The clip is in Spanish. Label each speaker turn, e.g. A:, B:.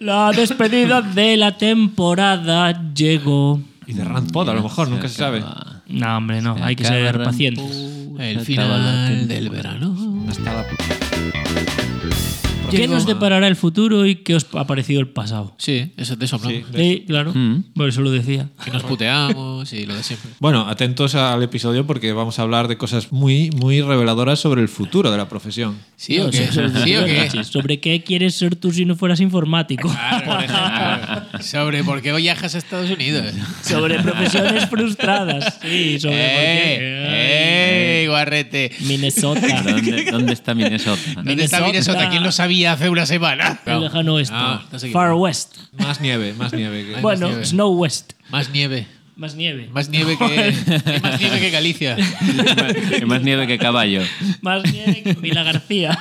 A: La despedida de la temporada llegó.
B: Y de Rand Pod, a lo mejor, nunca se sabe.
A: No, hombre, no, hay que
C: acaba
A: ser
C: Rand
A: pacientes.
C: El
D: Se acaba la
C: final del
D: temporada.
C: verano.
B: Hasta la-
A: ¿Qué
C: Llegó-
A: nos deparará el futuro y qué os ha parecido el pasado?
C: Sí, eso de eso hablamos.
B: Sí.
A: Sí, claro.
C: Mm.
A: Por eso lo decía.
C: Que nos puteamos y lo de siempre.
B: Bueno, atentos al episodio porque vamos a hablar de cosas muy, muy reveladoras sobre el futuro de la profesión.
C: ¿Sí o qué? ¿Sí o qué?
A: ¿Sobre qué quieres ser tú si no fueras informático?
C: Ah, Por ejemplo, sobre por qué viajas a Estados Unidos.
A: sobre profesiones frustradas. Sí, sobre por
C: Eh,
A: qué.
C: ¡Ey! ey, guarrete!
A: Minnesota.
D: ¿Dónde, dónde está Minnesota?
C: ¿Dónde está
A: Minnesota.
C: Minnesota? ¿Quién lo sabía hace una semana?
A: El lejano oeste.
C: Ah, estás equivocado.
A: Far West.
B: Más nieve, más nieve. que-
A: Bueno,
C: nieve.
A: Snow West.
C: Más nieve.
A: Más nieve.
C: Más nieve que, más nieve que Galicia.
D: Hay más nieve que caballo.
A: Más nieve que Mila García.